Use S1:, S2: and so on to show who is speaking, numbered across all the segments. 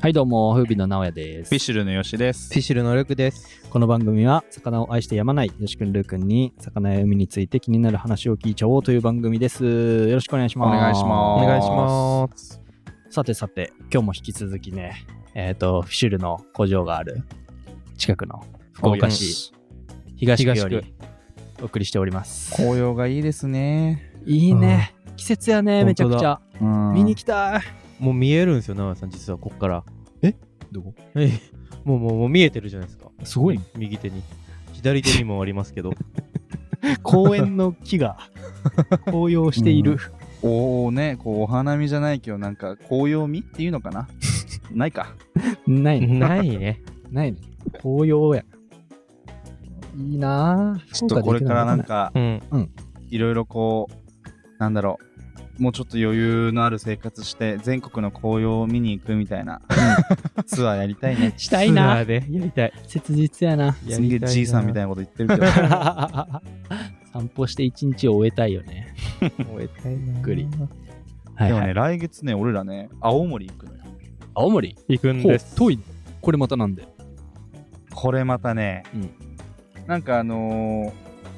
S1: はいどうも、風日の直哉です。
S2: フィッシュルのよしです。
S3: フィッシュルのルクです。
S1: この番組は、魚を愛してやまない、よしくん、ルーくんに、魚や海について気になる話を聞いちゃおうという番組です。よろしくお願いします。
S2: お願いし
S3: お
S2: ます
S3: 願いします。
S1: す。さてさて、今日も引き続きね、えっ、と、フィッシュルの工場がある、近くの福岡市、東区よ
S3: 東
S1: り、お送りしております。
S2: 紅葉がいいですね。
S1: いいね。季節やね、めちゃくちゃ。
S2: うん
S1: 見に来たい。
S3: もう見えるんですよ、長谷さん、実はこっから。
S1: どこ
S3: えもうもうもう見えてるじゃないですか。
S1: すごい、
S3: 右手に。左手にもありますけど。
S1: 公園の木が 紅葉している。
S2: おおね、こうお花見じゃないけどなんか紅葉見っていうのか な。ないか。
S1: ないね
S3: ないね。
S1: ないね。紅葉や。いいなぁ。
S2: ちょっとこれからなんか
S3: うん。
S2: いろいろこうなんだろう。もうちょっと余裕のある生活して全国の紅葉を見に行くみたいな、 ツアーやりたい
S1: 福岡
S2: ね。
S1: できたい
S3: ツアー
S1: な
S3: でやりたい。
S1: 切実やな。
S2: すんげえじいさんみたい
S3: い
S2: なこと言ってるけど。
S1: 散歩して一日を終えたいよね。
S3: な。終えたいな。ゆ
S1: っくりは
S2: で
S1: い、
S2: も
S1: は
S2: ね、
S1: い。
S2: 来月ね、俺らね、青森行くのよ。
S1: 青森
S3: 行くん
S1: ほう
S3: です。
S1: 遠い。これまたなんで。
S2: これまたね、
S1: うん
S2: なんかあのー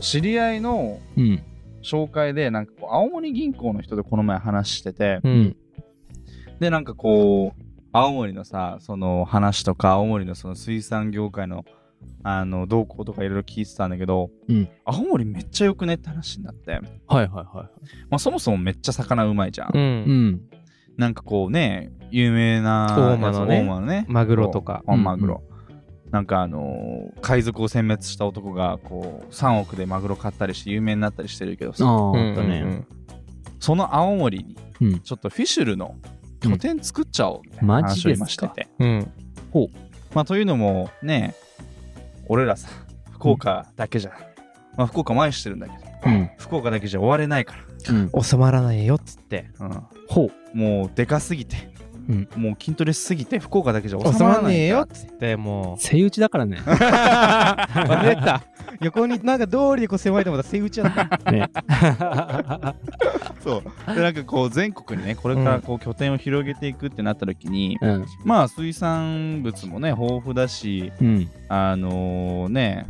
S2: 知り合いの
S1: うん。
S2: 紹介でなんかこう青森銀行の人とこの前話してて、
S3: うん。
S2: でなんかこう青森のさその話とか青森のその水産業界のあの動向とかいろいろ聞いてたんだけど、
S1: うん
S2: 青森めっちゃよくねって話になって、ま
S1: はいはいは
S2: あ、そもそもめっちゃ魚うまいじゃん、
S3: うん
S1: い。うん。
S2: なんかこうね有名な
S3: 大間のね
S2: 大間のね
S3: マグロとか
S2: こううんマグロ、なんかあのー海賊を殲滅した男がこう3億でマグロ買ったりして有名になったりしてるけどさ
S1: ああ、
S3: うん
S1: あったね。
S2: その青森に、
S1: うん
S2: ちょっとフィシュルの拠点作っちゃおうみたいな
S1: うん
S2: 話を今して
S1: マジ
S2: て。
S3: うん。
S2: まあ、というのもね、俺らさ、福岡だけじゃ、まあ、福岡前してるんだけど、
S1: うん。
S2: 福岡だけじゃ終われないか
S1: うん。
S3: 収まらないよっつって。
S2: ら、うん
S1: ほう。
S2: もうでかすぎて、
S1: うん
S2: もう筋トレしすぎて、福岡だけじゃ収ま
S3: 収ま
S2: ら
S3: ら
S2: な
S3: ねえ
S2: い
S3: よ
S2: か
S3: っつって、もう。
S1: セイ打ちだから ね。
S3: 忘れてた。 横になんか通りでこう狭いと思ったら、セイ打ちやった。
S1: ね
S2: ら、そうでなんかこう全国にね、これからこう拠点を広げていくってなった時に、
S1: うん。
S2: まあ水産物もね、豊富だし、
S1: うん。
S2: あのね、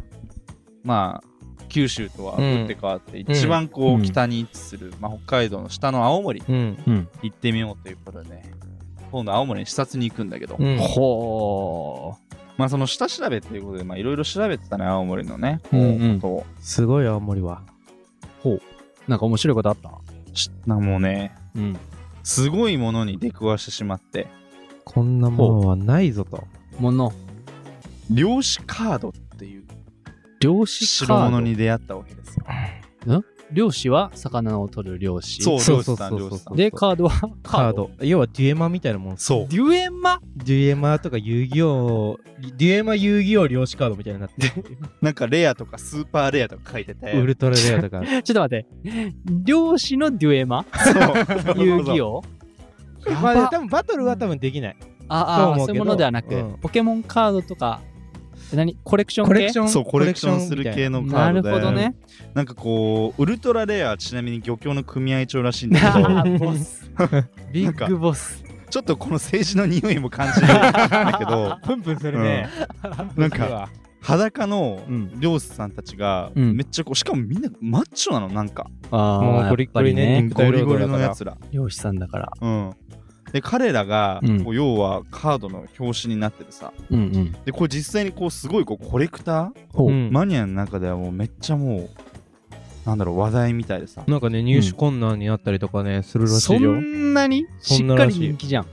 S2: まあ、九州とは打って変わって、一番こ
S1: うん
S2: う北に位置する、まあ、北海道の下の青森
S3: うん。
S1: うん。
S2: 行ってみようということでね、今度青森に視察に行くんだけど、
S3: うん。
S1: ほ
S2: まあその下調べということで、まあいろいろ調べてたね、青森のね、
S1: う。うんうん。
S2: と、
S3: すごいよ、青森は。
S1: なんか面白いことあった
S2: しなもうね、
S1: うん。
S2: すごいものに出くわしてしまって、
S3: こんなものはないぞと。
S1: もの。
S2: 漁師カードっていう
S1: 漁師カ
S2: 白
S1: ー
S2: 物
S1: ド
S2: に出会ったわけですよ。
S1: 漁師は魚を取る漁師。
S2: そう、
S3: そ
S2: 漁
S3: うそ
S2: 師
S3: う
S2: さ
S3: そ
S2: ん、
S3: う
S2: 漁師さん。
S1: で、カードは
S3: カー。ド。要はデュエマみたいなもん。
S2: そう。
S1: デュエンマ
S3: デュエマとか遊戯王、デュエマ遊戯王漁師カードみたいになって、
S2: なんかレアとかスーパーレアとか書いてて、
S3: ウルトラレアと か。
S1: ちょっと待って。漁師のデュエ マ
S2: そう
S1: 遊戯王
S3: まあ、
S1: ば
S3: 多分バトルは多分できない。
S1: ああ、
S3: と思
S1: そう
S3: けど
S1: ういうものではなく、
S3: うん
S1: ポケモンカードとか、何コレクション系
S3: コレクション、
S2: そうコレクションする系
S3: の。
S2: のカ
S1: なる
S2: ードで
S1: ほどね。
S2: なんかこうウルトラレアはちなみに漁協の組合長らしいんだ け
S1: あ
S2: ど
S1: ーボス。ビッグボス。
S2: ちょっとこの政治の匂いも感じるんだけど
S3: プンプンするね。
S2: な んか裸の
S1: うん
S2: 漁師さんたちが
S1: うん
S2: めっちゃこうしかもみんなマッチョなのなんか
S1: ああ、
S3: もうゴリッゴリね
S1: やっぱり
S2: ゴリゴリのやつら
S1: 漁師さんだから。
S2: うんで彼らが
S1: うん
S2: こう要はカードの表紙になっててさ
S1: うんうん。
S2: でこれ実際にこうすごいこうコレクタ
S1: ほ
S3: う
S1: う。
S2: ー
S3: ん。
S2: マニアの中ではもうめっちゃもうなんだろう話題みたいでさ
S3: なんかね、入手困難になったりとかね、するらし
S1: そ
S3: いよ。
S1: んなにし
S3: そ
S1: っ
S3: んな
S1: から
S3: し
S1: り
S3: い
S1: 人気じゃん。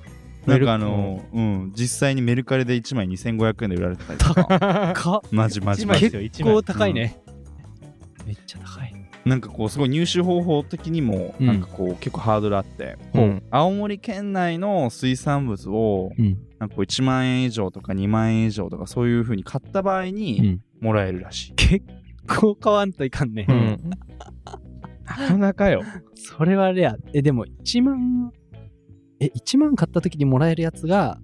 S2: なんかあのうん実際にメルカリで1枚2500円で売られてたり とか
S1: か
S2: マジマジマジ
S3: 枚ですよ
S1: 結
S3: 一枚
S1: 構高いね。めっちゃ高い。
S2: なんかこうすごい入手方法的にも
S1: うん
S2: なんかこう結構ハードルあって、
S3: うん
S2: 青森県内の水産物を
S1: うん。
S2: なんかこう1万円以上とか2万円以上とかそういうふうに買った場合にもらえるらしい、
S1: 結構買わんといかんね。
S3: うん。なかなかよ。
S1: それはレア。え、でも1万、え、1万買った時にもらえるやつが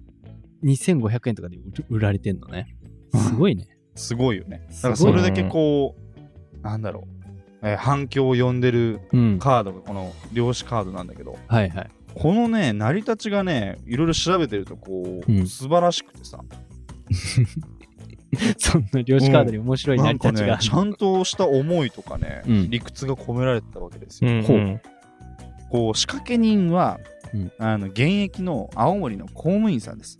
S1: 2500円とかで売る売られてんのね。すごいね。
S2: すごいよねだから
S1: すご
S2: そ
S1: い
S2: れだけこうなんだろう、えー反響を呼んでる
S1: うん。
S2: カードがこの漁師カードなんだけど
S1: はいはい。
S2: このね成り立ちがねいろいろ調べてるとこう、
S1: うん
S2: 素晴らしくてさ
S1: そんな漁師カードに面白い成
S2: な
S1: り
S2: んか
S1: 立ち
S2: ね
S1: が。
S2: ちゃんとした思いとかね、
S1: うん
S2: 理屈が込められてたわけです
S3: う
S2: よ、
S3: ん
S2: こう
S3: うん
S2: こう仕掛け人は、
S1: うん
S2: あの現役の青森の公務員さんです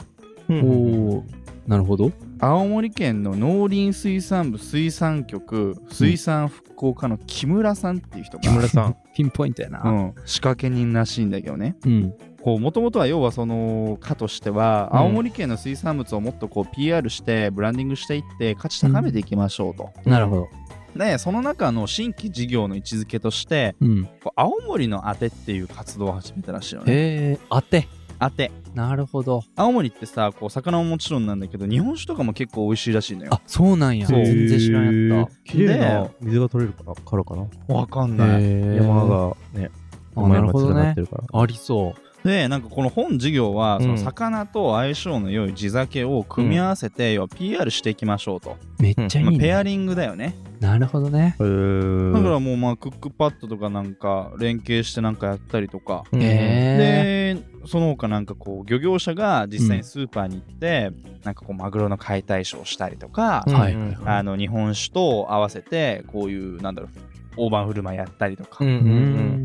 S3: うん
S1: おお、なるほど。
S2: 青森県の農林水産部水産局水産復興課の木村さんっていう人
S3: 木
S2: が、
S3: 村さん。
S1: ピンポイントや
S2: う
S1: な。
S2: ん、仕掛け人らしいんだけどね
S1: うん。
S2: もともとは要はその課としては
S3: うん
S2: 青森県の水産物をもっとこう PR してブランディングしていって価値高めていきましょうと、
S1: なるほど。
S2: でその中の新規事業の位置づけとして
S1: うん。
S2: こう青森のあてっていう活動を始めたらしいのね
S1: へえ、当て。
S2: あて
S1: なるほど。
S2: 青森ってさこう魚ももちろんなんだけど日本酒とかも結構美味しいらしいのよ
S1: あ、そうなんや。
S2: そう
S1: 全然知らんやっ
S3: へー 綺麗な水が取れるかなからかな。
S2: わかん
S1: た。
S2: ない
S1: へ
S3: 山がね、
S1: あ、なるほど
S3: 山が連な
S1: ね
S3: って。るから。
S1: ありそ
S2: でなんかこの本事業はその
S3: うん
S2: 魚と相性の良い地酒を組み合わせて、要は PR していきましょうと、
S1: う。めっちゃいい
S2: まあ、
S1: ね。
S2: ペアリングだよね
S1: なるほどね。
S3: へー
S2: だからもうまあクックパッドとかなんか連携してなんかやったりとか、
S3: うん
S1: へえ。
S2: でその他なんかこう漁業者が実際にスーパーに行って、なんかこうマグロの解体ショーをしたりとか、
S3: うん
S1: はい
S2: あの日本酒と合わせてこういうなんだろう大盤振る舞いやったりとか、
S3: うんう
S1: うん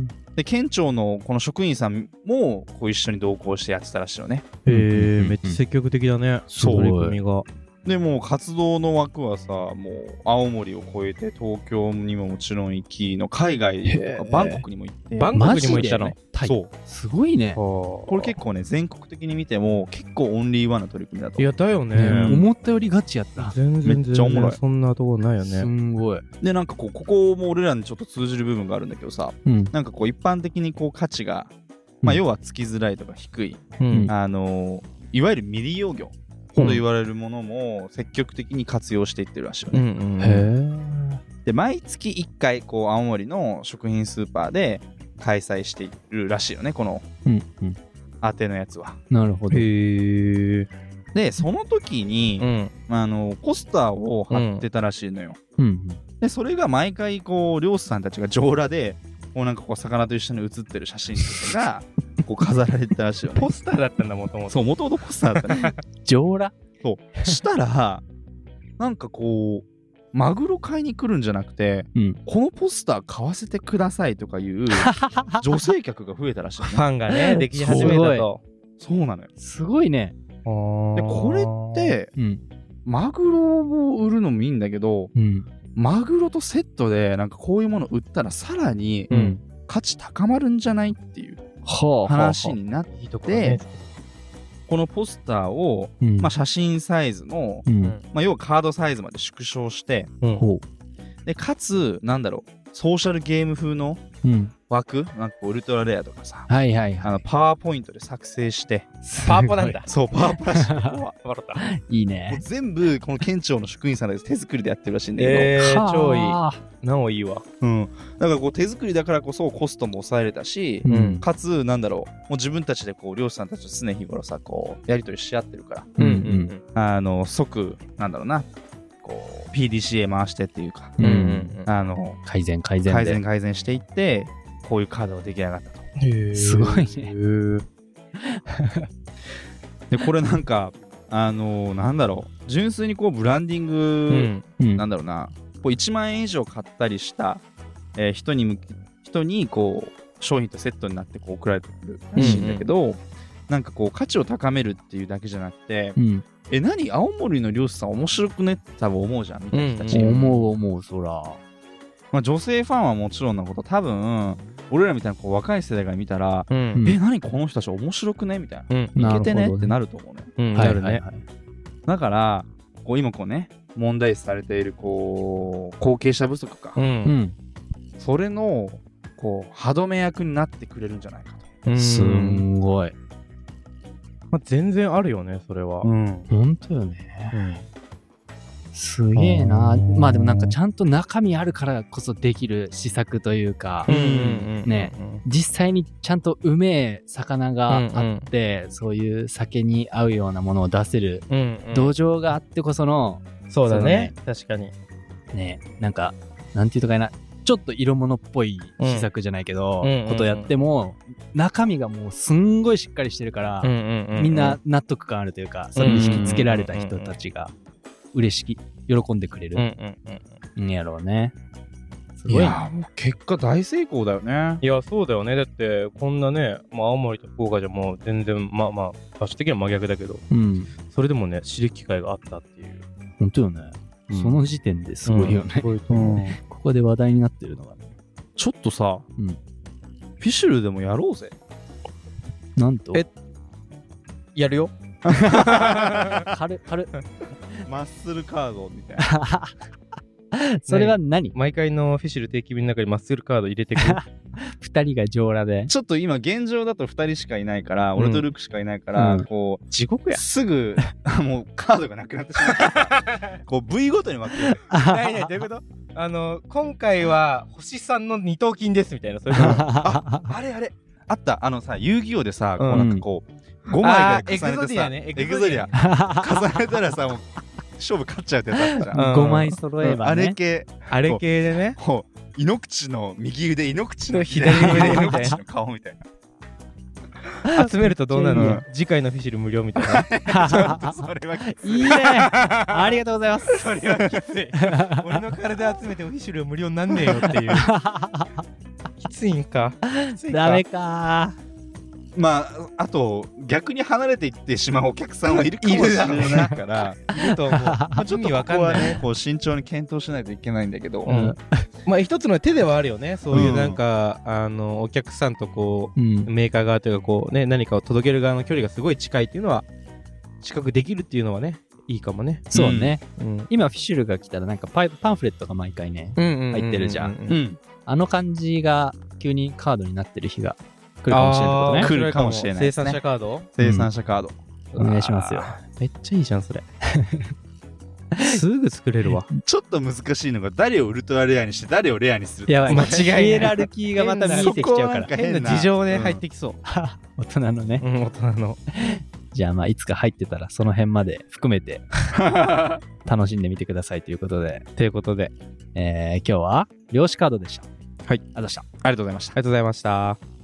S1: ん。
S2: で県庁のこの職員さんもこう一緒に同行してやってたらしいよね
S3: うん。
S1: うん
S3: へ
S1: う
S3: え、
S1: ん
S3: めっちゃ積極的だね。
S1: そう
S3: 取り組みが。
S2: でもう活動の枠はさもう青森を越えて東京にももちろん行きの海外
S1: へ
S2: とか
S1: ー
S2: バンコクにも行って
S3: バンコクにも行ったの
S1: マジでタイ
S2: そう
S1: すごいね。
S2: こ
S3: こ
S2: れ結構ね全国的に見ても結構オンリーワンな取り組みだと
S3: いや、だよね。
S2: うん
S1: 思ったよりガチやった。
S3: 全然
S2: めっちゃおもろい
S3: そんなとこないよ
S1: す
S3: ね。
S1: んごい。
S2: でなんかこうここも俺らにちょっと通じる部分があるんだけどさ
S1: うん。
S2: なんかこう一般的にこう価値が、まあ、
S1: うん
S2: 要はつきづらいとか低い、
S3: うん
S2: あのーいわゆる未利用魚と言われるものも積極的に活用していってるらしいよ
S3: う
S2: ね、
S3: んうん。
S1: へ
S2: で毎月1回こう青森の食品スーパーで開催しているらしいよねこの
S1: え。うんうん。
S2: 当てのやつは
S1: なるほど。
S3: へえ。
S2: でその時に、
S3: ん。
S2: あのポスターを貼ってたらしいのよ、
S1: うん
S2: でそれが毎回こう漁師さんたちが上裸でこうなんかこう魚と一緒に写ってる写真と かがこう飾られてたらしいよね
S3: ポスターだったんだ、も ともと。
S2: そうもともとポスターだったね
S1: うん。上 羅
S2: したらなんかこうマグロ買いに来るんじゃなくて、
S1: うん
S2: このポスター買わせてくださいとかいう女性客が増えたらしい、
S3: フ
S2: ね、
S3: ァンがね、でき始めたと。
S2: そうなのよ
S1: すごいね。
S3: で、
S2: でこ
S3: こ
S2: れっ、て
S1: うん。
S2: マグロを売るのもいいんだけど
S1: うん。
S2: マグロとセットでなんかこういうもの売ったらさらに
S1: うん。
S2: 価値高まるんじゃないっていう
S1: はあ。
S2: 話。になって
S3: いいとこだね。
S2: このポスターを、
S1: うん。
S2: まあ、写真サイズの、
S1: うん。
S2: まあ、要はカードサイズまで縮小して
S3: うん
S1: ほ
S2: でかつなんだろうソーシャルゲーム風の
S1: う。うん。
S2: 枠なんかウルトラレアとかさ
S1: はいはい
S2: あ
S1: は
S2: のパワーポイントで作成して
S1: い。
S3: パワポなんだ。
S2: そうパワーポらしいここは
S3: わかった。
S1: いい
S2: もう
S1: ね。
S2: 全部この県庁の職員さんが手作りでやってるらしいんだけど、
S3: えー、超いい。
S1: はあ
S3: なおいいわ。
S2: うん、だからこう手作りだからこそコストも抑えれたし、
S1: うん。
S2: かつなんだろうもう自分たちでこう漁師さんたちと常日頃さこうやり取りし合ってるから
S1: うん
S2: あの即なんだろうなこう PDCA 回してっていうか、
S1: うん
S3: うんうんうん
S2: あの
S1: 改善改善で。
S2: 改善改善していってこういうカードが出来上がったと。
S3: へー
S1: すごいね
S3: へー
S2: でこれなんかあのなんだろう純粋にこうブランディン
S3: う
S2: グ、
S3: ん。
S1: うん。
S2: なんだろうなこう1万円以上買ったりした、えー人に向け人にこう商品とセットになってこう送られてくるらしいんだけど、なんかこう価値を高めるっていうだけじゃなくて、
S1: うん。
S2: え何青森の漁師さん面白くねって多分思うじゃんみたいな人たち、
S3: うん
S1: 思う思う、そら。
S2: まあ、女性ファンはもちろんのこと多分俺らみたいなこう若い世代が見たら、
S3: うん
S2: え何この人たち面白くねみたい
S3: うん。
S2: な
S1: ないる
S2: け
S1: ほ
S2: て
S1: ど
S2: ねってなると思うね
S3: うん。
S1: はい
S3: な
S1: はい
S3: る
S1: は
S3: ね。
S1: い。
S2: だからこう今こうね問題視されているこう後継者不足か、
S1: うんん。
S2: それのこう歯止め役になってくれるんじゃないか
S3: うん
S1: すんごい。
S3: まあ全然あるよね、それは
S2: と、。ん
S1: ほんとよね。すげえ
S3: あ
S1: な。
S3: ー
S1: まあでもなんかちゃんと中身あるからこそできる施策というか、
S3: うんうんうん。
S1: ね実際にちゃんとうめえ魚が
S3: うんうん
S1: あって、そういう酒に合うようなものを出せる
S3: うんうん。
S1: 土壌があってこその、
S3: そうだね
S1: そ。
S3: 確かに。
S1: ねなんかなんていうとかいなちょっと色物っぽい秘策じゃないけど、
S3: うん
S1: ことやっても、中身がもうすんごいしっかりしてるから、みんな納得感あるというか、それに引きつけられた人たちが、嬉しき、喜んでくれ
S3: うんうん
S1: る
S3: うんうん
S1: んやろうね。す
S2: い
S1: ごいね。
S2: やーもう結果大成功だよね
S3: いや、そうだよね。だって、こんなね、まあ、青森と福岡じゃもう全然、まあまあ、場所的には真逆だけど、
S1: うん。
S3: それでもね、知る機会があったっていう。
S1: 本当よね。
S2: うん
S1: その時点ですごいよね。
S3: うん。すごいと思う
S1: ここで話題になってるのが、
S2: ちょっとさ、
S1: うん
S2: フィシュルでもやろうぜ
S1: なんと、
S2: え
S3: やるよ。
S1: 軽い軽い
S2: マッスルカードみたい
S1: それは何
S3: 毎回のフィッシュル定期便の中にマッスルカード入れてく
S1: 二人が上裸で。
S2: ちょっと今現状だと2人しかいないから、
S3: うん
S2: 俺とルークしかいないから、
S1: うん
S2: こ
S3: 地獄
S2: う
S3: や。
S2: すぐ もうカードがなくなってしま うこう部位ごとに分ける
S3: ないない、どういうことあの、今回は、星さんの二頭筋ですみたいな、そういうこと
S2: あれあれあったあのさ遊戯王でさ、こ
S3: う
S2: うんなんかこう5枚ぐらい
S3: あーエク
S2: 重ねて
S3: ゾディ
S2: さ
S3: アねエ
S2: エク
S3: クゾ
S2: ゾ
S3: デ
S2: デ
S3: ィ
S2: ィ
S3: ア
S2: ア重ねたらさもう勝負勝っちゃうってやつあったじゃん
S3: うん
S1: 5枚揃え
S2: あ
S1: ば
S2: れ
S1: ね。
S2: 系
S3: あれ系でね。
S2: こう井口の右腕井口の
S3: 左腕
S2: 左
S3: みたいな
S2: 井口の顔みたいな
S3: 集めるとどうなる
S2: めっち
S3: の次回のフィッシュル無料みたいな。
S2: それはきつい
S1: いいねありがとうございます。
S3: それはきつい。俺の体集めてもフィッシュル無料になんねえよって いう。きついんか。きついんか
S1: ダメか
S2: まああと逆に離れていってしまうお客さんはいるかもしれないから
S3: いると思う。まあ、
S2: ち
S3: ち
S2: ょ
S3: ょ
S2: っ
S3: っ
S2: と
S3: と
S2: こ
S3: わ
S2: こ
S3: かん
S2: は
S3: ない。
S2: ねこう慎重に検討しないといけないんだけど、
S1: う
S3: うん
S1: ん。
S3: まあ一つの手ではあるよね。そういう
S2: うん
S3: なんか、あの、お客さんとこ
S1: う
S3: う、
S1: ん。
S3: メーカー側というかこうね、何かを届ける側の距離がすごい近いっていうのは、近くできるっていうのはね、いいかもね。
S1: そうね。
S3: うん。
S1: 今、フィシュルが来たら、なんかパイパンフレットが毎回ね、入ってるじゃん
S3: う
S1: あの感じが急にカードになってる日が来るかもしれない
S3: あ
S1: っ
S3: ー
S1: て
S2: 来るかもしれない
S3: 生
S2: ですね
S3: 産者カード
S2: 生産者カード、
S1: ことね。お願いしますよ。
S3: めっちゃいいじゃん、それ。 すぐ作れるわ。
S2: ちょっと難しいのが誰をウルトラレアにして誰をレアにす る
S1: やばい、
S3: 間違いない
S1: ヒエラルキーがまた見えてきちゃうから
S2: そこはなん。か
S3: 変
S2: 変
S3: な
S2: な
S3: 事情で
S2: うん
S3: 入ってきそう。
S1: 大人のね。
S3: うん、大人の。
S1: じゃあまあ、いつか入ってたら、その辺まで含め て楽しんでみてくださいということで、
S3: ということで、あり
S1: えー今日は、漁師カードでした。
S2: はい。
S1: ありがとうございました。
S2: ありがとうございました
S3: がとうございました。